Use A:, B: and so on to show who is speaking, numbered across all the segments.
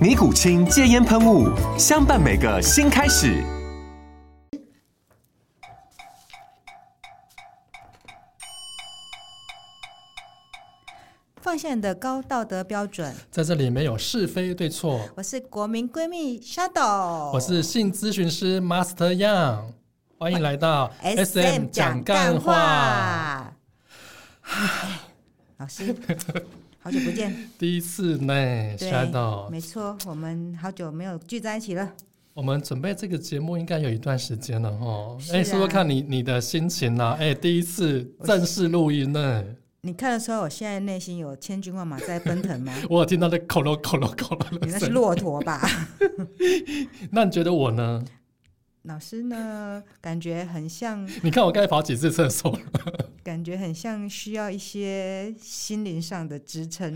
A: 尼古清戒烟喷雾，相伴每个新开始。
B: 放下你的高道德标准。
C: 在这里没有是非对错。
B: 我是国民闺蜜 Shadow，
C: 我是性咨询师 Master Yang，欢迎来到 SM 讲干话。。
B: 唉哎老师，好久不 见。
C: 第一次呢
B: 对
C: ，Shadow，
B: 没错，我们好久没有聚在一起了。
C: 我们准备这个节目应该有一段时间了哦。
B: 是
C: 哎、
B: 啊
C: 说说看你你的心情啦、哎、第一次正式录音呢，
B: 你看的时候，我现在内心有千军万马在奔腾 吗？
C: 我有听到那口咯口咯口咯
B: 你
C: 的
B: 那是
C: 声音。
B: 骆驼吧？
C: 那你觉得我呢？
B: 老师呢？感觉很像，
C: 你看我刚才跑几次厕所了？
B: 感觉很像需要一些心灵上的支撑。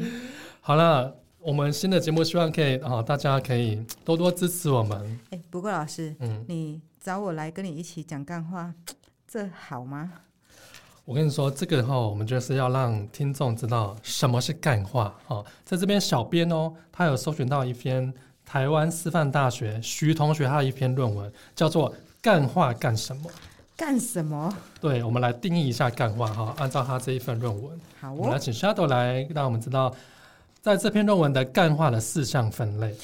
C: 好啦，我们新的节目希望可以啊、大家可以多多支持我们。
B: 哎，不过老师，
C: 嗯，
B: 你找我来跟你一起讲干话，这好吗？
C: 我跟你说，这个哈、我们就是要让听众知道什么是干话哈、哦。在这边，小编哦，他有搜寻到一篇台湾师范大学徐同学他的一篇论文，叫做《干话干什么》。
B: 干什么？
C: 对，我们来定义一下干话哈、按照他这一份论文，
B: 好
C: 我们来
B: 哦，
C: 请 Shadow 来让我们知道，在这篇论文的干话的四项分类。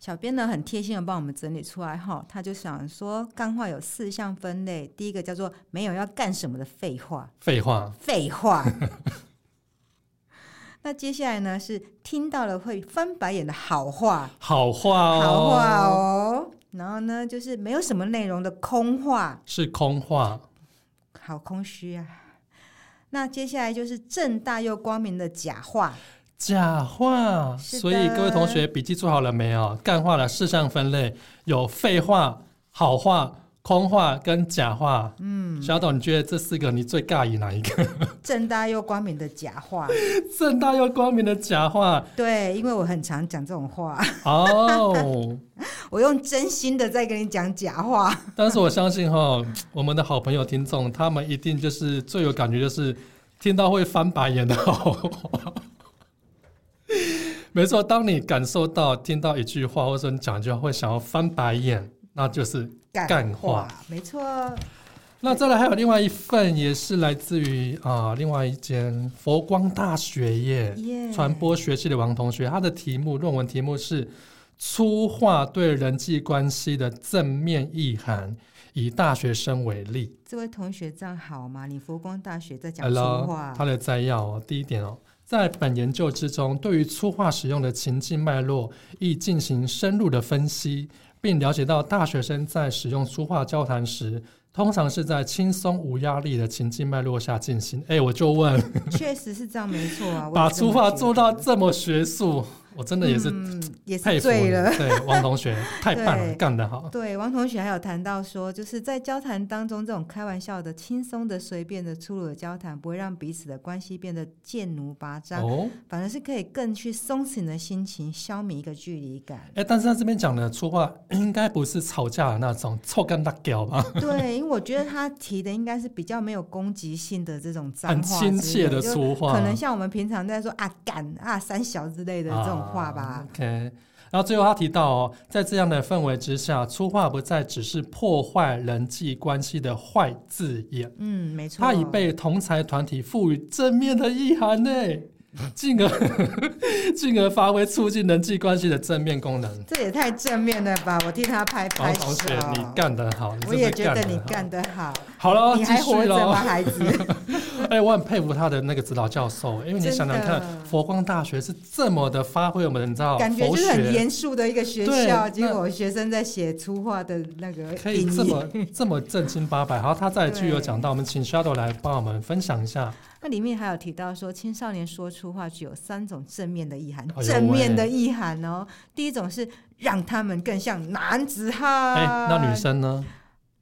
B: 小编呢很贴心的帮我们整理出来哈，他就想说干话有四项分类，第一个叫做没有要干什么的废话，
C: 废话，
B: 废话。 那接下来呢是听到了会翻白眼的好话，
C: 好话哦，
B: 好话哦。然后呢就是没有什么内容的空话，
C: 是空话，
B: 好空虚啊。那接下来就是正大又光明的假话，
C: 假话，
B: 是的
C: 所以各位同学笔记做好了没有？干话的四项分类有废话、好话、空话跟假话。嗯，小董，你觉得这四个你最尬意哪一个？
B: 正大又光明的假话。
C: 正大又光明的假话
B: 对，因为我很常讲这种话，
C: 哦。
B: 我用真心的在跟你讲假话。
C: 但是我相信哈，我们的好朋友听众，他们一定就是最有感觉，就是听到会翻白眼的好话。 没错，当你感受到听到一句话，或者说你讲一句话会想要翻白眼，那就是干话。
B: 没错。
C: 那再来还有另外一份，也是来自于啊、另外一间佛光大学耶
B: 耶
C: 传播学系的王同学，他的题目论文题目是“粗话对人际关系的正面意涵”，以大学生为例。
B: 这位同学这样好吗？你佛光大学在讲
C: 好
B: 粗
C: 了，
B: 话
C: 他，的摘要哦，第一点哦，在本研究之中，对于粗话使用的情境脉络，亦进行深入的分析，并了解到大学生在使用粗话交谈时，通常是在轻松无压力的情境脉络下进行。哎，我就问，
B: 确实是这样，没错 啊。我也
C: 把
B: 这么
C: 粗话
B: 觉
C: 做
B: 得
C: 到这么学术，我真的也是
B: 嗯，也
C: 佩
B: 是
C: 服你。
B: 醉了。
C: 对，王 同学太棒了，
B: 对
C: 干得好。
B: 对，王同学还有谈到说，就是在交谈当中，这种开玩笑的、轻松的、随便的、粗鲁的交谈，不会让彼此的关系变得剑奴拔张，
C: 哦，
B: 反而是可以更去松弛你的心情，消弭一个距离感。
C: 哎，但是他这边讲的粗话，应该不是吵架的那种臭干大屌吧？
B: 对，因为我觉得他提的应该是比较没有攻击性的这种脏
C: 很
B: 话，
C: 亲切的
B: 就
C: 粗话，
B: 可能像我们平常在说啊干啊三小之类的这种话吧
C: 啊。OK，然后最后他提到哦，在这样的氛围之下，粗话不再只是破坏人际关系的坏字眼，
B: 嗯，没错。
C: 它已被同才团体赋予正面的意涵呢。进而进而 发挥促进人际关系的正面功能。
B: 这也太正面了吧！我替他拍
C: 王
B: 拍手
C: 同学，你，干得好，你
B: 我
C: 真
B: 也
C: 的
B: 觉得
C: 好
B: 你干得好，
C: 好了，
B: 你
C: 继
B: 还活
C: 续
B: 着吗，
C: 喽。
B: 孩子？
C: 哎，我很佩服他的那个指导教授，因为你
B: 真
C: 想想看
B: 的，
C: 佛光大学是这么的发挥我们，你知道，
B: 感觉就
C: 佛
B: 是很
C: 学
B: 严肃的一个学
C: 对
B: 校，
C: 那
B: 结果学生在写粗话的那个
C: 可以
B: 定
C: 这
B: 义。
C: 么这么正经八百。然后他在剧有
B: 对
C: 讲到，我们请 Shadow 来帮我们分享一下。
B: 那里面还有提到说，青少年说出话具有三种正面的意涵，
C: 哎呦
B: 正面的意涵哦，第一种是让他们更像男子汉，
C: 哎，那女生呢？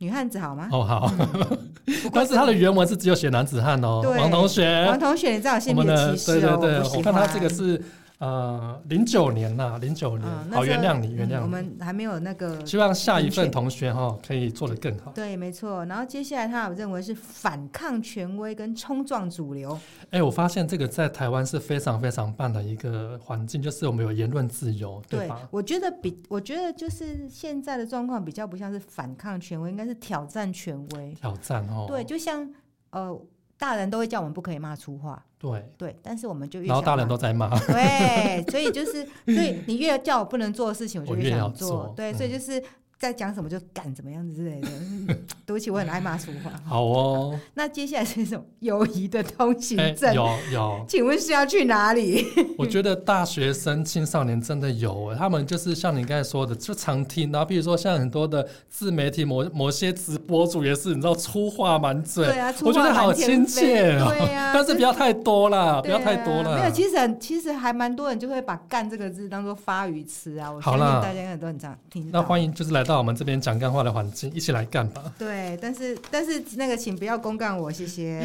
B: 女汉子好吗？
C: 哦，好，
B: 不过
C: 哦但是他的原文是只有写男子汉哦，
B: 嗯对
C: 王同
B: 王
C: 学，
B: 同学，你知道有
C: 我
B: 性别
C: 们的
B: 歧
C: 对
B: 视哦，
C: 对对，
B: 不喜
C: 我
B: 欢
C: 看他这个是呃零九年呐，零九年
B: 嗯，，那
C: 好，
B: 时候
C: 原谅你，原
B: 嗯
C: 谅
B: 我
C: 你。
B: 们还没有那个
C: 希望下一
B: 明确
C: 份同学哈可以做得更好。
B: 对，没错。然后接下来他有认为是反抗权威跟冲撞主流，
C: 哎、我发现这个在台湾是非常非常棒的一个环境，就是我们有言论自由，对
B: 对
C: 吧？，
B: 我觉得比我觉得就是现在的状况比较不像是反抗权威，应该是挑战权威。
C: 挑战哦，
B: 对，就像呃，大人都会叫我们不可以骂粗话，
C: 对
B: 对，但是我们就越
C: 然后
B: 想
C: 大人
B: 骂
C: 都在骂，
B: 对，所以就是，所以你越叫我不能做的事情，我就
C: 我越要
B: 想
C: 做
B: 对，
C: 嗯
B: 所以就是在讲什么就干怎么样之 类的。 嗯对不起，我很爱骂粗话。
C: 好哦，
B: 那接下来是一种友谊的通行
C: 哎、
B: 证，
C: 有有，
B: 请问是要去哪里？
C: 我觉得大学生青少年真的有，他们就是像你刚才说的，就常听，然后比如说像很多的自媒体某某些直播主也是，你知道粗话满嘴，
B: 对啊，粗
C: 我觉
B: 话
C: 得好
B: 满天
C: 亲切
B: 飞
C: 哦，
B: 对啊，
C: 但是
B: 真
C: 不要太多啦，不
B: 对
C: 要太多
B: 啊
C: 啦。
B: 没有，其实很其实还蛮多人就会把“干”这个字当做发语词啊。我相
C: 好
B: 信
C: 啦
B: 大家很多人这样听
C: 那
B: 到。
C: 欢迎就是来到我们这边讲干话的环境，一起来干吧，
B: 对，但是但是那个，请不要公干我，谢 谢。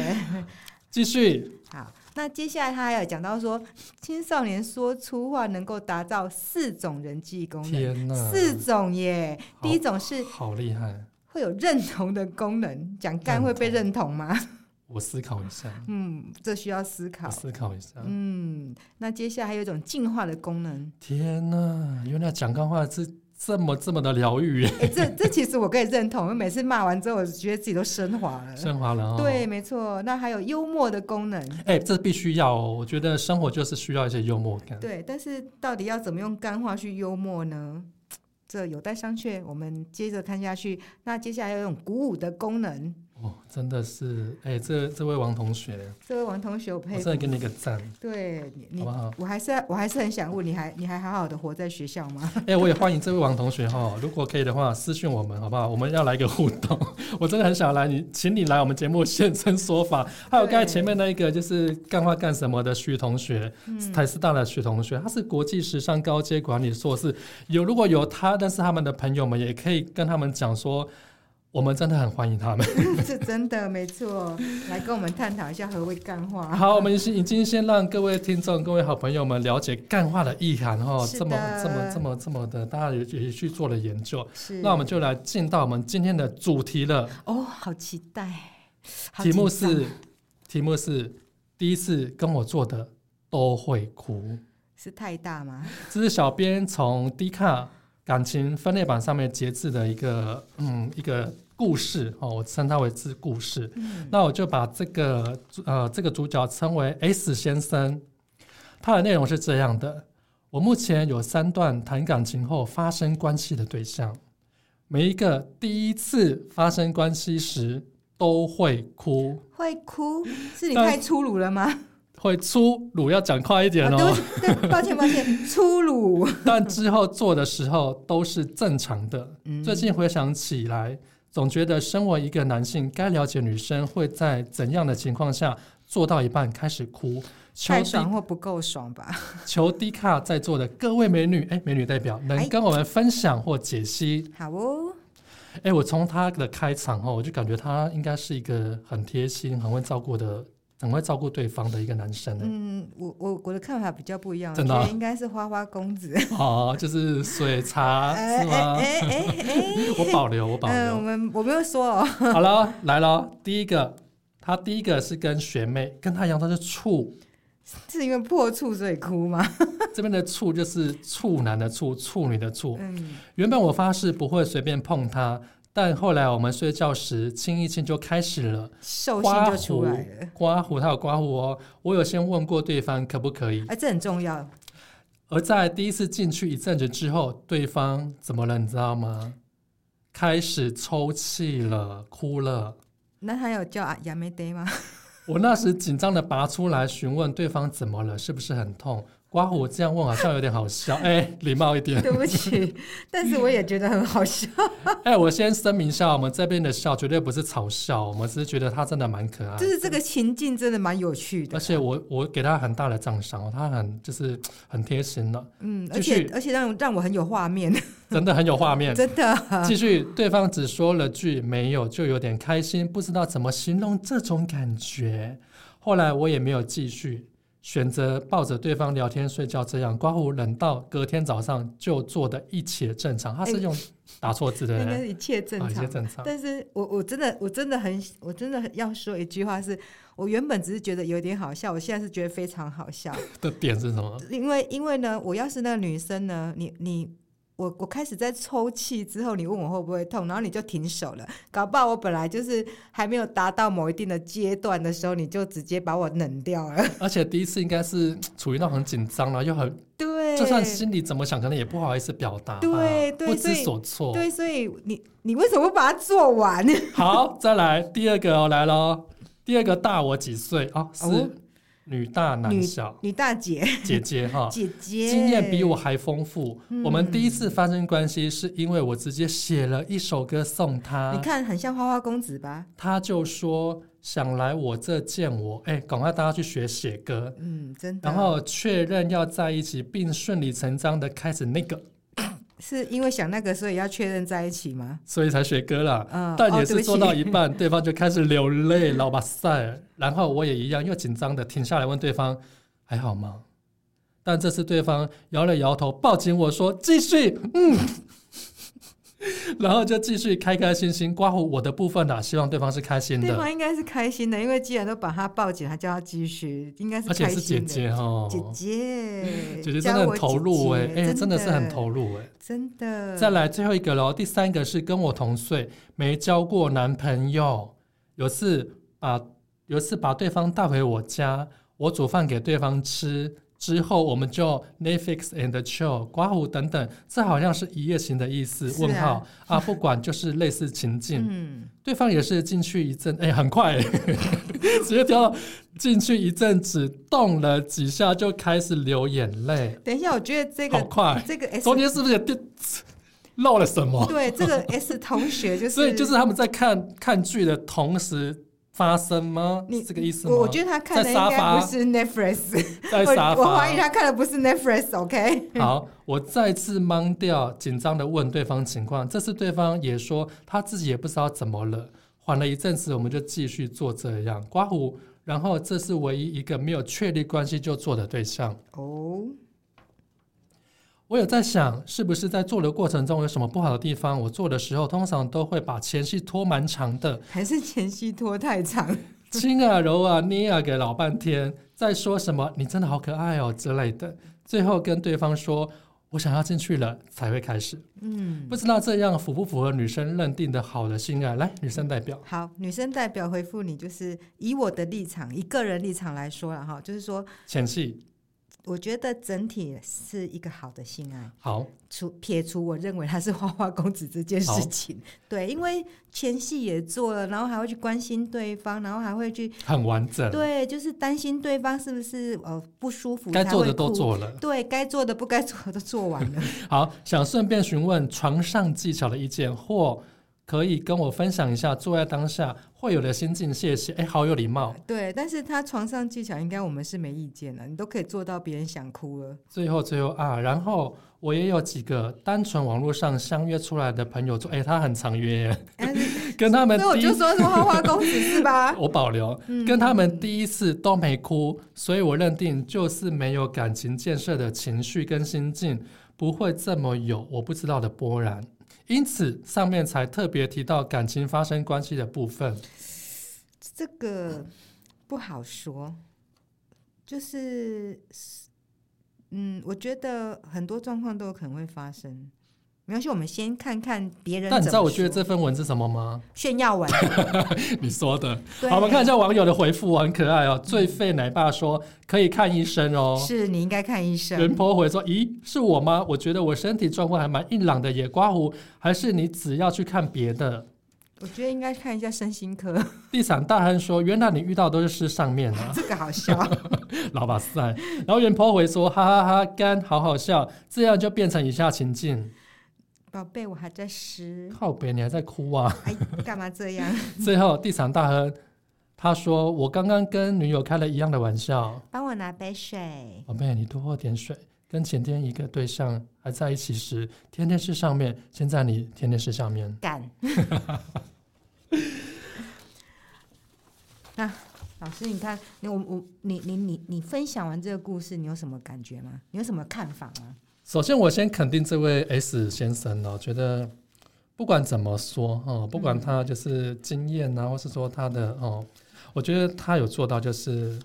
C: 继续。
B: 好，那接下来他还有讲到说，青少年说粗话能够达到四种人际功能，
C: 天呐，
B: 四种耶。第一种是
C: 好厉害！
B: 会有认同的功能，讲干
C: 认
B: 会被认同吗？
C: 我思考一下，
B: 嗯，这需要思考
C: 我。思考一下。
B: 嗯，那接下来还有一种进化的功能，
C: 天呐，原来讲干话是这么这么的疗愈耶，
B: 哎、这这其实我可以认同，因为每次骂完之后，我觉得自己都升华了。
C: 升华了哦。
B: 对，，没错。那还有幽默的功能，
C: 哎，这必须要哦。我觉得生活就是需要一些幽默感。
B: 对。但是到底要怎么用干话去幽默呢？这有待商榷。我们接着看下去。那接下来有一种鼓舞的功能，
C: 哦，真的是，哎，这这位王同学，
B: 这位王同学，我
C: 我
B: 佩
C: 真
B: 服
C: 的。给你一个赞，
B: 对你，
C: 好
B: 你
C: 不好？
B: 我还是我还是很想问，你还你还好好的活在学校吗？
C: 哎，我也欢迎这位王同学哈、如果可以的话，私讯我们好不好？我们要来一个互动， 我真的很想来你，请你来我们节目现身说法。还有刚才前面那一个就是干话干什么的徐同学，台师大的徐同学，他是国际时尚高阶管理硕士。有如果有他认识他们的朋友们，也可以跟他们讲说，我们真的很欢迎他们。
B: 是真的，没错。来跟我们探讨一下何谓干话。
C: 好，我们已经已经先让各位听众、各位好朋友们了解干话的意涵哈、
B: 是
C: 这么
B: 的
C: 这么这么这么的，大家也也去做了研究。
B: 是，
C: 那我们就来进到我们今天的主题了，
B: 哦，好期待。好
C: 题目
B: 紧张
C: 是题目是第一次跟我做的都会哭，
B: 是太大吗？
C: 这是小编从 D 卡感情分类榜上面截制的一个嗯一个故事哦，我称它为是故事。
B: 嗯，
C: 那我就把这个呃这个主角称为 S 先生，他的内容是这样的：我目前有三段谈感情后发生关系的对象，每一个第一次发生关系时都会哭，
B: 会哭是你
C: 但
B: 太粗鲁了吗？
C: 会粗鲁，要讲快一点
B: 啊
C: 哦。
B: 对不起，对，抱歉抱歉，粗 鲁。
C: 但之后做的时候都是正常的。
B: 嗯
C: 最近回想起来，总觉得身为一个男性，该了解女生会在怎样的情况下做到一半开始哭。求
B: 太
C: 低
B: 爽或不够爽吧？
C: 求低卡在座的各位美女，哎，美女代表能跟我们分享或解析。
B: 好哦，
C: 哎，我从她的开场哦，我就感觉她应该是一个很贴心、很会照顾的、很会照顾对方的一个男生。哎
B: 嗯，我我我的看法比较不一样，我
C: 真的
B: 觉
C: 啊
B: 得应该是花花公子。
C: 哦，就是水茶
B: 哎
C: 啊是吗？
B: 哎哎 哎
C: 我保留，我保
B: 哎，嗯，我
C: 留。
B: 们我没有说哦，
C: 好了，来了，第一个，她第一个是跟学妹，跟她一样都是处，
B: 是因为破处所以哭吗？
C: 这边的处就是处男的处，处女的处。
B: 嗯，
C: 原本我发誓不会随便碰她，但后来我们睡觉时亲一亲就开始了，
B: 兽性
C: 刮
B: 就出
C: 胡
B: 来了。，
C: 刮胡，他有刮胡哦。我有先问过对方可不可以，
B: 哎，这很重要。
C: 而在第一次进去一阵子之后，对方怎么了，你知道吗？开始抽泣了，哭了。
B: 那他有叫亚美呆吗？
C: 我那时紧张的拔出来询问对方怎么了，是不是很痛？刮胡这样问好像有点好笑，哎、 礼貌一点。
B: 对不 起，但是我也觉得很好笑。
C: 哎、我先声明一下，我们这边的笑绝对不是嘲笑，我们只是觉得他啊真的蛮可爱的
B: 就。是这个情境真的蛮有趣的
C: 而。且我我给他很大的赞赏哦，他很就是很贴心了，
B: 嗯，
C: 继
B: 而且
C: 续
B: 而且让让我很有画面，
C: 真的很有画 面。
B: 真的。
C: 继续，对方只说了句“没有”，就有点开心，不知道怎么形容这种感觉。后来我也没有继续，选择抱着对方聊天睡觉，这样刮胡冷到隔天早上就做的一切正常。他是用打错字的
B: 应该
C: 人，
B: 是一切哎正
C: 啊，一
B: 常
C: 切。正常。
B: 但是我我真的我真的很我真的很要说一句话是，我原本只是觉得有点好笑，我现在是觉得非常好笑，
C: 的点是什么？
B: 因为因为呢，我要是那个女生呢，你你我我开始在抽泣之后，你问我会不会痛，然后你就停手了，搞不好我本来就是还没有达到某一定的阶段的时候，你就直接把我冷掉了，
C: 而且第一次应该是处于那种很紧张，然后又很，
B: 对，
C: 就算心里怎么想，可能也不好意思表达吧，
B: 对对
C: 不
B: 所
C: 知
B: 以
C: 所措。
B: 对，所以你你为什么不把它做完？
C: 好，再来第二个哦，来喽。第二个大我几岁啊、哦？
B: 哦
C: 是女大男小，
B: 女 大姐
C: 姐姐哈、
B: 姐姐
C: 经验比我还丰富。
B: 嗯
C: 我们第一次发生关系，是因为我直接写了一首歌送
B: 你
C: 她，
B: 看很像花花公子吧？
C: 她就说想来我这见我，哎，赶快大家去学写歌，
B: 嗯，真的。
C: 然后确认要在一起，并顺理成章的开始那个，
B: 是因为想那个，所以要确认在一起吗？
C: 所以才学歌啦。
B: 嗯，
C: 但
B: 哦
C: 也
B: 对不
C: 是
B: 起
C: 做到一半，对方就开始流泪，老哇塞！然后我也一样，又紧张的停下来问对方还好吗？但这次对方摇了摇头，抱紧我说继续，嗯， 然后就继续开开心心刮胡我的部分啦、希望对方是开心
B: 对
C: 的，
B: 方应该是开心的，因为既然都把他抱紧，还叫他继续，应该是
C: 而且
B: 开
C: 是姐
B: 心的。
C: 姐哦，
B: 姐姐，
C: 姐姐真
B: 教
C: 的
B: 我
C: 很投入哎、哎、真的
B: 的
C: 是很，投入哎、
B: 真的。
C: 再，来最后一个喽，第三个是跟我同岁，没交过男朋友，有次把有次把对方带回我家，我煮饭给对方吃。之后我们就 Netflix and chill、刮胡等等，这好像是一夜情的意思？
B: 是啊
C: 问号啊，不管就是类似情境，
B: 嗯，
C: 对方也是进去一阵，哎、很快、 直接跳到进去一阵子，动了几下就开始流眼泪，
B: 等一下，我觉得这
C: 好
B: 个
C: 快。
B: 这个 S
C: 中间是不是也掉漏了什么？
B: 对这个 S 同学就是，
C: 所以就是他们在看看剧的同时发生吗？
B: 你
C: 是这个意思吗？
B: 我我觉得他看的
C: 在
B: 应
C: 沙
B: 该
C: 发
B: 不是 Netflix，
C: 在沙
B: 我我
C: 发
B: 怀疑。他看的不是 Netflix，OK？
C: 好，我再次懵掉，紧张的问对方情况。这次对方也说他自己也不知道怎么了。缓了一阵子，我们就继续做这样刮胡。然后这是唯一一个没有确立关系就做的对象。
B: 哦，
C: 我有在想，是不是在做的过程中有什么不好的地方？我做的时候通常都会把前戏拖蛮长的，
B: 还是前戏拖太长，
C: 亲啊、揉啊、捏啊，给老半天，在说什么“你真的好可爱哦”之类的，最后跟对方说“我想要进去了”才会开始。
B: 嗯。
C: 不知道这样符不符合女生认定的好的性爱？来，女生代表，
B: 好，女生代表回复你，就是以我的立场，以个人立场来说了哈，就是说，
C: 前戏
B: 我觉得整体是一个好的性爱，
C: 好，
B: 除撇除我认为他是花花公子这件
C: 好
B: 事情，对，因为前戏也做了，然后还会去关心对方，然后还会去
C: 很完整，
B: 对，就是担心对方是不是呃不舒服，
C: 该做的
B: 才会
C: 都
B: 哭，
C: 做了。
B: 对该做的不该做的都做完 了，
C: 好，想顺便询问床上技巧的意见，或可以跟我分享一下做爱当下会有的心境。谢谢，哎，好有礼貌。
B: 对，但是他床上技巧应该我们是没意见的，你都可以做到别人想哭 了，
C: 最后最后啊，然后我也有几个单纯网络上相约出来的朋友说，哎、他很常约 耶，
B: 但是
C: 跟他们
B: 所以我
C: 第
B: 就
C: 一
B: 说是花花公子是吧？
C: 我保留，
B: 嗯
C: 跟他们第一次都没哭，所以我认定就是没有感情建设的情绪跟心境，不会这么有我不知道的波澜。因此，上面才特别提到感情发生关系的部分。
B: 这个不好说，就是，嗯，我觉得很多状况都有可能会发生，没关系，我们先看看别人怎么
C: 但
B: 说。
C: 你知道我觉得这份文是什么吗？
B: 炫耀文，
C: 你说的。
B: 对
C: 好，我们看一下网友的回复哦，很可爱哦。最废奶爸说可以看医生哦。
B: 是你应该看医生。
C: 袁坡回说：“咦，是我吗？我觉得我身体状况还蛮硬朗的耶，刮胡还是你只要去看别的。
B: 我觉得应该看一下身心科，”
C: 地产大亨说：“原来你遇到都是事上面啊，
B: 这个好笑。
C: 老板塞。”然后袁坡回说：“哈哈哈干好好笑，这样就变成以下情境。
B: 宝贝，我还在湿，
C: 靠北，你还在哭啊？
B: 哎，干嘛这样？
C: 最后，地产大亨他说：“我刚刚跟女友开了一样的玩笑，
B: 帮我拿杯水。
C: 宝贝，你多喝点水。跟前天一个对象还在一起时，天天是上面，现在你天天是下面。
B: 干。那老师，你看，你我我你你你你分享完这个故事，你有什么感觉吗？你有什么看法吗？
C: 首先，我先肯定这位 S 先生哦，觉得不管怎么说哦，不管他就是经验啊，或是说他的哦，我觉得他有做到，就是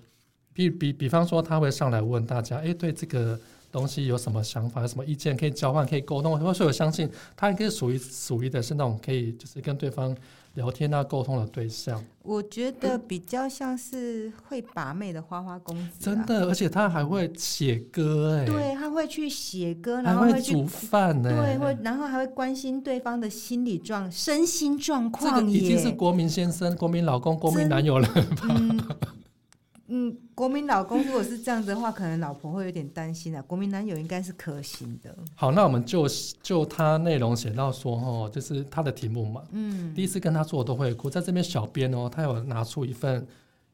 C: 比比比方说他会上来问大家，诶，对这个东西有什么想法，有什么意见可以交换，可以沟通，或是我相信他应该是属于属于的是那种可以就是跟对方聊天啊沟通的对象，
B: 我觉得比较像是会把妹的花花公子、啊，
C: 真。的，而且他还会写歌诶，
B: 对，他会去写歌，
C: 还
B: 然后
C: 会
B: 去
C: 煮饭呢、
B: 对，会然后还会关心对方的心理状、身心状
C: 这个
B: 况
C: 已
B: 耶。
C: 经是国民先生、国民老公、国民男友了。
B: 嗯嗯，国民老公如果是这样子的话，可能老婆会有点担心啊。国民男友应该是可行的，
C: 好，那我们就就他内容写到说哦，就是他的题目嘛。
B: 嗯，
C: 第一次跟他做我都会哭，在这边小编哦，他有拿出一份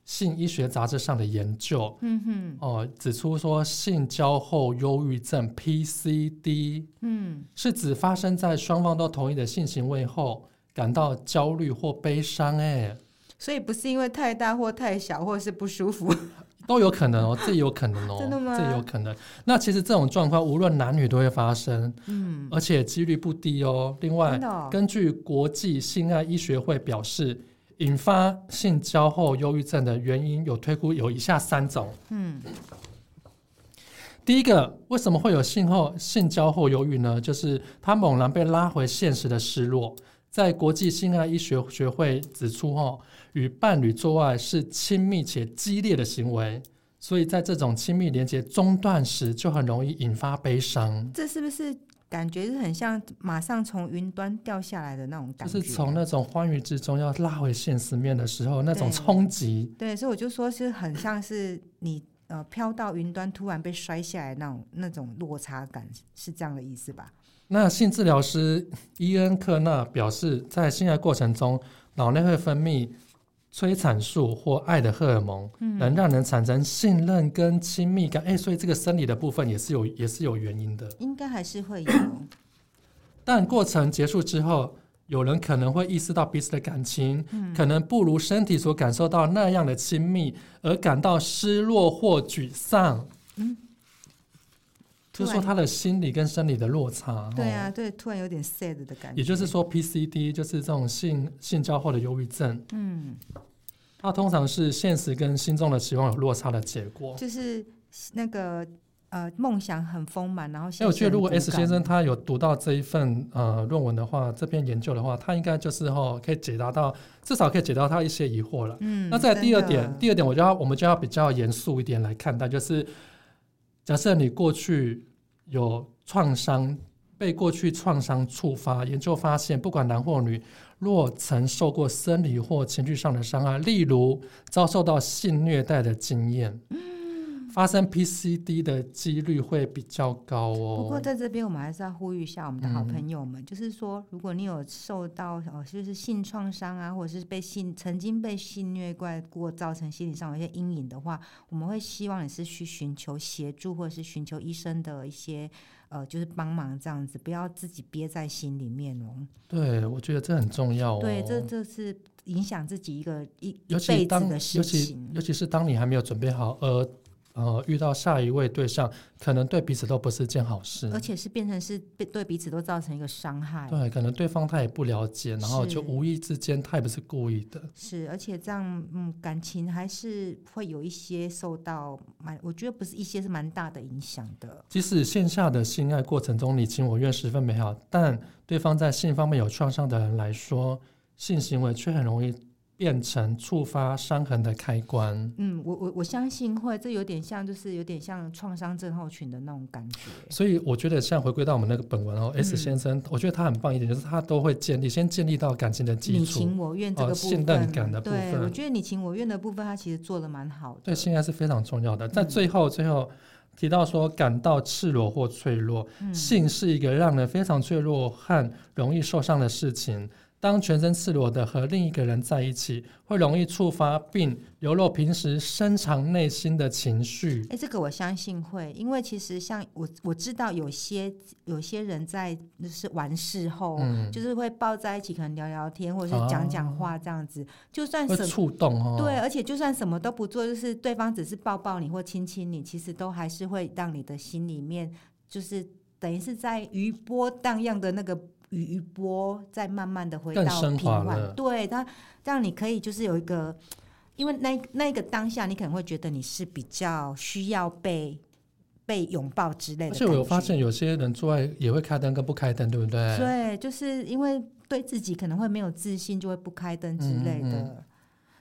C: 性医学杂志上的研究
B: 嗯哼，
C: 哦，指出说性交后忧郁症 （PCD）
B: 嗯
C: 是指发生在双方都同意的性行为后感到焦虑或悲伤，哎，
B: 所以不是因为太大或太小，或是不舒服，
C: 都有可能哦，这也有可能哦，
B: 真的吗
C: 这也有可能。那其实这种状况无论男女都会发生。
B: 嗯，
C: 而且几率不低哦。另外
B: 真，的哦、
C: 根据国际性爱医学会表示，引发性交后忧郁症的原因有推估有以下三种：
B: 嗯
C: 第一个，为什么会有性后性交后忧郁呢？就是他猛然被拉回现实的失落。在国际性爱医学学会指出，哦，与伴侣做爱是亲密且激烈的行为，所以在这种亲密连接中断时，就很容易引发悲伤。
B: 这是不是感觉是很像马上从云端掉下来的那种
C: 就
B: 感觉？
C: 是从那种欢愉之中要拉回现实面的时候，那种
B: 对
C: 冲击，
B: 对，所以我就说是很像是你呃飘到云端突然被摔下来那种那种落差感，是这样的意思吧？
C: 那性治疗师伊恩·克纳表示，在性爱过程中，脑内会分泌催产素或爱的荷尔蒙，能让人产生信任跟亲密感。哎、所以这个生理的部分也是有也是有原因的。
B: 应该还是会 有。
C: 但过程结束之后，有人可能会意识到彼此的感情，
B: 嗯
C: 可能不如身体所感受到那样的亲密，而感到失落或沮丧。
B: 嗯
C: 就是说他的心理跟生理的落差。
B: 对
C: 哦
B: 啊，对，突然有点 sad 的感觉。
C: 也就是，说，PCD 就是这种性性交后的忧郁症，
B: 嗯，
C: 它通常是现实跟心中的期望有落差的结果。
B: 就是那个呃，梦想很丰满，然后现
C: 哎，
B: 实
C: 我觉得如果
B: 很骨
C: S
B: 感
C: 先生他有读到这一份呃论文的话，这篇研究的话，他应该就是哦可以解答到，至少可以解答他一些疑惑了。
B: 嗯，
C: 那在第二点，
B: 真的
C: 第二点我就要我们就要比较严肃一点来看待，就是假设你过去有创伤，被过去创伤触发，研究发现，不管男或女，若曾受过生理或情绪上的伤害，例如遭受到性虐待的经验，
B: 嗯
C: 发生 PCD 的几率会比较高哦。嗯
B: 不过在这边，我们还是要呼吁一下我们的好朋友们，就是说，如果你有受到呃，就是性创伤啊，或者是被性曾经被性虐待过，造成心理上有一些阴影的话，我们会希望你是去寻求协助，或者是寻求医生的一些呃，就是帮忙这样子，不要自己憋在心里面哦。
C: 对，我觉得这很重要哦。
B: 对，这这是影响自己一个一一
C: 尤其
B: 辈子
C: 当
B: 的
C: 尤
B: 事
C: 其
B: 情
C: 尤。其是当你还没有准备好，而呃遇到下一位对象，可能对彼此都不是件好事
B: 而。且是变成是被对彼此都造成一个伤害。哦
C: 对，可能对方他也不了解，然后就是无意之间他也不是故意的。
B: 是，而且这样，嗯，感情还是会有一些受到蛮，我觉得不是一些是蛮大的影响的。
C: 即使线下的性爱过程中你情我愿十分美好，但对方在性方面有创伤的人来说，性行为却很容易变成触发伤痕的开关。
B: 嗯，我我我相信会，这有点像，就是有点像创伤症候群的那种感觉。
C: 所以我觉得现在回归到我们那个本文哦、s 先
B: 嗯
C: 生，我觉得他很棒一点，就是他都会建立先建立到感情的基
B: 你
C: 础
B: 情，我愿这
C: 哦
B: 个部
C: 信
B: 分，
C: 任感的部
B: 对我
C: 分
B: 觉得你情我愿的部分，他其实做的蛮好的。
C: 对性爱是非常重要的。在
B: 嗯
C: 最后最后提到说感到赤裸或脆弱，
B: 嗯
C: 性是一个让人非常脆弱和容易受伤的事情。当全身赤裸的和另一个人在一起，会容易触发并流露平时深藏内心的情绪。
B: 哎、这个我相信会，因为其实像我我知道有些有些人在就是完事后，
C: 嗯哦
B: 就是会抱在一起，可能聊聊天或者是讲讲话这样子，就算
C: 会
B: 什
C: 触动哦，
B: 对，，而且就算什么都不做，就是对方只是抱抱你或亲亲你，其实都还是会让你的心里面就是等于是在余波荡漾的那个余余波，再慢慢的回
C: 更
B: 到
C: 升
B: 平
C: 华了
B: 缓。对，它让你可以就是有一个，因为那那一个当下，你可能会觉得你是比较需要被被拥抱之类的。
C: 而且我有发现，有些人做爱也会开灯跟不开灯，对不对？
B: 对，就是因为对自己可能会没有自信，就会不开灯之类的。
C: 嗯嗯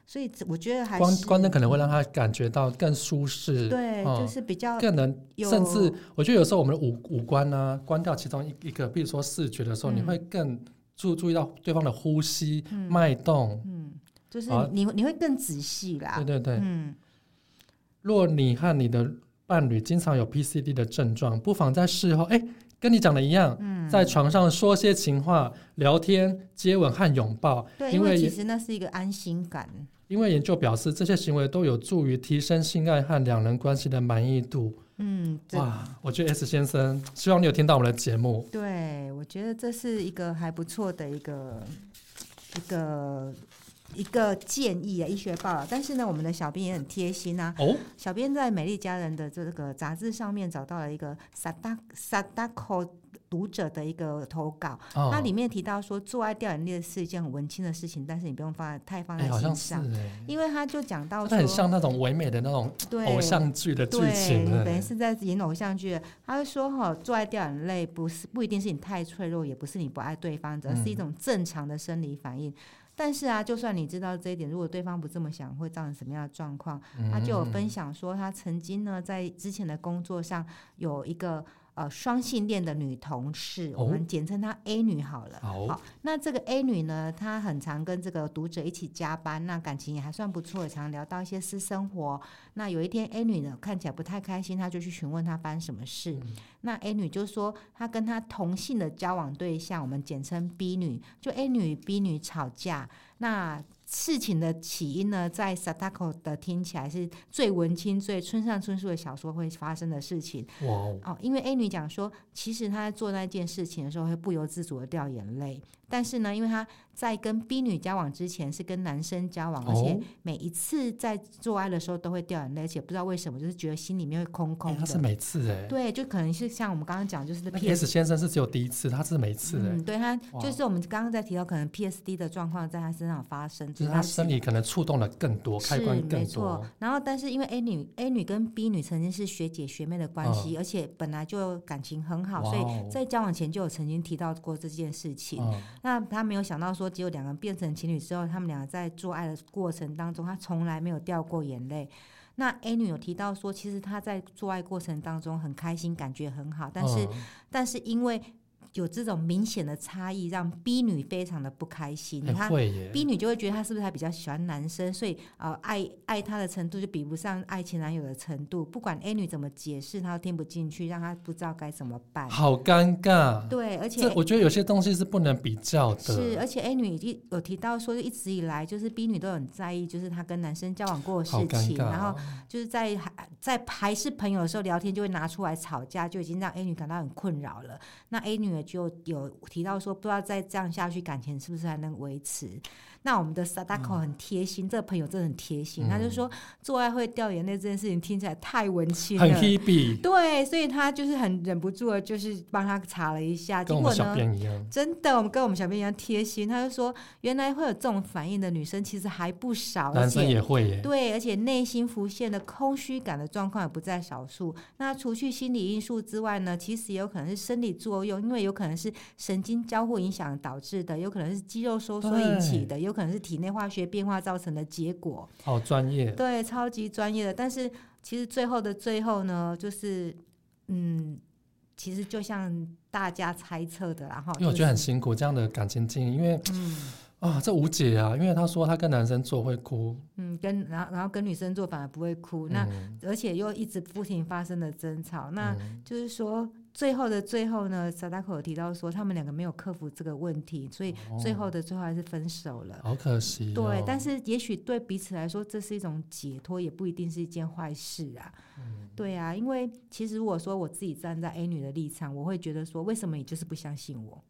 B: 所以我觉得还
C: 关
B: 是
C: 关灯可能会让他感觉到更舒适，
B: 对，
C: 嗯
B: 就是比较
C: 更能，
B: 有
C: 甚至我觉得有时候我们的五五官呢、关掉其中一一个，比如说视觉的时候，
B: 嗯
C: 你会更注注意到对方的呼吸、
B: 嗯
C: 脉动。
B: 嗯，就是
C: 好
B: 你你会更仔细啦。
C: 对对对，
B: 嗯，
C: 若你和你的伴侣经常有 PCD 的症状，不妨在事后，哎，跟你讲的一样，
B: 嗯
C: 在床上说些情话、聊天、接吻和拥抱，
B: 对，
C: 因
B: 因为
C: 为
B: 其
C: 也
B: 实那是一个安心感。
C: 因为研究表示，这些行为都有助于提升性爱和两人关系的满意度。
B: 嗯，这
C: 哇，我觉得 S 先生，希望你有听到我们的节目。
B: 对我觉得这是一个还不错的一个一个一个建议啊，医学报道。但是呢，我们的小编也很贴心啊，
C: 哦，
B: 小编在《美丽佳人》的这个杂志上面找到了一个萨达萨达口读者的一个投稿，
C: 哦
B: 它里面提到说，做爱掉眼泪是一件很文青的事情，但是你不用放在太放
C: 哎，
B: 在
C: 好像
B: 心
C: 是
B: 上。
C: 哎，
B: 因为他就讲到
C: 它
B: 说，
C: 很像那种唯美的那种
B: 对
C: 偶像剧的剧
B: 对，
C: 情啊
B: 你等于
C: 哎。
B: 是在演偶像剧。他会说哈，做爱掉眼泪不是不一定是你太脆弱，也不是你不爱对方，而是一种正常的生理反应。但是啊，就算你知道这一点，如果对方不这么想，会造成什么样的状况？
C: 嗯
B: 他就有分享说，他曾经呢在之前的工作上有一个呃双性恋的女同事，我
C: 哦
B: 们简称她 A 女好了。
C: 好
B: 好，那这个 A 女呢，她很常跟这个读者一起加班，那感情也还算不错，也常聊到一些私生活。那有一天 A 女呢看起来不太开心，她就去询问她发生什么事。那 A 女就说她跟她同性的交往对象，我们简称 B 女，就 A 女 B 女吵架。那事情的起因呢，在 Sadako 的听起来是最文青、最村上春树的小说会发生的事情。
C: 哇哦，
B: 哦，因为 A 女讲说，其实她在做那件事情的时候会不由自主的掉眼泪，但是呢，因为她在跟 B 女交往之前是跟男生交往，而且
C: 哦
B: 每一次在做爱的时候都会掉眼泪，而且不知道为什么，就是觉得心里面会空
C: 哎
B: 空
C: 他是
B: 的。
C: 每次哎，
B: 对，就可能是像我们刚刚讲，就是
C: 那
B: P
C: 个 S 先生是只有第一次，他是每次哎
B: 嗯，，对他
C: 哇
B: 就是我们刚刚在提到，可能 PSD 的状况在他身上发生，
C: 就是
B: 他
C: 他生理可能触动的更多，开
B: 是
C: 关更
B: 没错
C: 多。。
B: 然后，但是因为 A 女 A 女跟 B 女曾经是学姐学妹的关系，而且本来就感情很好，
C: 嗯哇
B: 所
C: 哦
B: 以在交往前就有曾经提到过这件事情。
C: 嗯，
B: 那他没有想到说，只有两个人变成情侣之后，他们俩在做爱的过程当中，他从来没有掉过眼泪。那 A 女有提到说，其实她在做爱过程当中很开心，感觉很好，但是、
C: 嗯
B: 但是因为有这种明显的差异，让 B 女非常的不开心。
C: 哎
B: 她
C: 会耶，
B: B 女就会觉得她是不是还比较喜欢男生，所以呃爱爱他的程度就比不上爱前男友的程度。不管 A 女怎么解释，她都听不进去，让她不知道该怎么办。
C: 好尴尬。
B: 对，而且
C: 这我呃觉得有些东西是不能比较
B: 是，
C: 的，
B: 而且 A 女已经有提到说，一直以来就是 B 女都很在意，就是她跟男生交往过的
C: 好
B: 事
C: 尴
B: 情，
C: 尬哦。
B: 然后就是在还在还是朋友的时候聊天，就会拿出来吵架，就已经让 A 女感到很困扰了。那 A 女也就有提到说，不知道再这样下去，感情是不是还能维持？那我们的
C: 嗯
B: Sadako 很贴心，这个朋友真的很贴心，他就说做爱会掉眼泪这件事情听起来太文青
C: 很
B: 了。
C: hebe，
B: 对，所以他就是很忍不住的，就是帮他查了一啊下，结
C: 跟我
B: 果
C: 们小
B: 呢，
C: 编一样，
B: 真的，我们跟我们小编一样贴心，他就说原来会有这种反应的女生其实还不少，而
C: 男生
B: 且
C: 也会耶。
B: 对，而且内心浮现的空虚感的状况也不在少数。那除去心理因素之外呢，其实也有可能是生理作用，因为有可能是神经交互影响导致的，有可能是肌肉收缩引起的，有可能是体内化学变化造成的结果。
C: 好专业，
B: 对，超级专业的。但是其实最后的最后呢，就是嗯，其实就像大家猜测的啦，然后
C: 因为我觉得很辛苦这样的感情经营，因为
B: 嗯
C: 啊，这无解啊，因为他说他跟男生做会哭，
B: 嗯，跟然后然后跟女生做反而不会哭，那
C: 嗯
B: 而且又一直不停发生的争吵，那。
C: 嗯
B: 就是说，最后的最后呢，Sadako 有提到说，他们两个没有克服这个问题，所以最后的最后还是分手了。
C: 好可惜哦。
B: 对，但是也许对彼此来说，这是一种解脱，也不一定是一件坏事啊。对啊，因为其实如果说我自己站在 A 女的立场，我会觉得说，为什么你就是不相信我？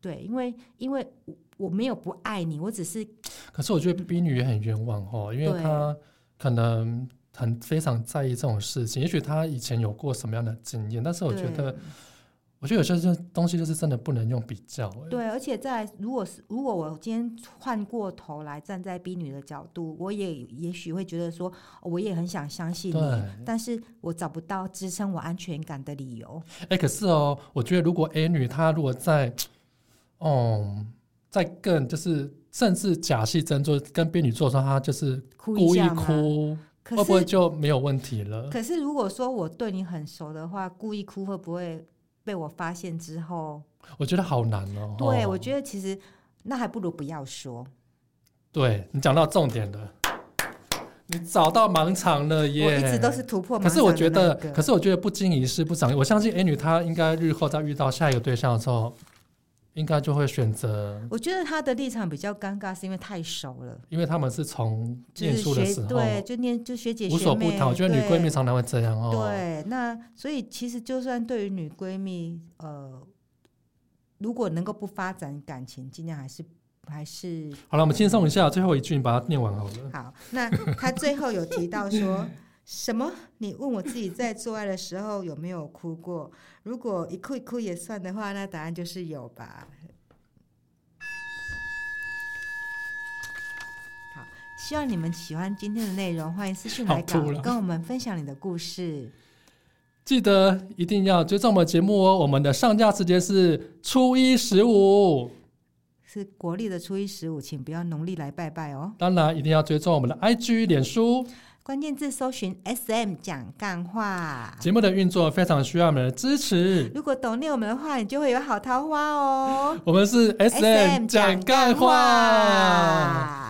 B: 对，因为因为我我没有不爱你，我只是
C: 可是我觉得 B 女也很冤枉哦，因为
B: 对
C: 她可能很非常在意这种事情，也许她以前有过什么样的经验，但是我觉
B: 对
C: 得，我觉得有些就是东西就是真的不能用比较、哎，
B: 对，而且在如果是如果我今天换过头来站在 B 女的角度，我也也许会觉得说，哦我也很想相信
C: 对
B: 你，但是我找不到支撑我安全感的理由。
C: 哎、可是哦，我觉得如果 A 女她如果在，哦，在更就是甚至假戏真做，跟 B 女做的时候，她就是
B: 哭
C: 故意
B: 下吗？
C: 哭，
B: 啊可
C: 会不会
B: 是
C: 就没有问题了？
B: 可是如果说我对你很熟的话，故意哭会不会被我发现之后？
C: 我觉得好难哦。
B: 对，
C: 哦
B: 我觉得其实那还不如不要说。
C: 对你讲到重点了，你找到盲场了
B: 我一
C: 耶！
B: 直都是。突破盲
C: 可
B: 场
C: 是
B: 的那
C: 我
B: 个。
C: 觉得，可是我觉得不经一事不长一，我相信 A 女她应该日后在遇到下一个对象的时候，应该就会选择，
B: 我觉得他的立场比较尴尬，是因为太熟了。
C: 因为他们是从
B: 就
C: 念
B: 是
C: 书
B: 学
C: 的时候
B: 对，就念就学姐
C: 无
B: 学
C: 所不
B: 妹
C: 谈。我觉得女闺蜜
B: 对
C: 常常会这样哦。，
B: 对，那所以其实就算对于女闺蜜，呃，如果能够不发展感情，尽量还是还是
C: 好了，我们轻松一下，最后一句你把它念完好了。
B: 好。那她最后有提到说。什么？你问我自己在做爱的时候有没有哭过？如果一哭一哭也算的话，那答案就是有吧。好，希望你们喜欢今天的内容，欢迎私讯
C: 好
B: 来
C: 突
B: 稿
C: 然，
B: 跟我们分享你的故事。
C: 记得一定要追踪我们的节目哦，我们的上架时间是初一十五。
B: 是国历的初一十五，请不要农历来拜拜哦。
C: 当然，一定要追踪我们的 IG、脸书。
B: 关键字搜寻 “SM 讲干话
C: 节目的运作非常需要你们的支”，持。
B: 如果懂内我们的话，你就会有好桃花哦。
C: 我们是 S M 讲干话。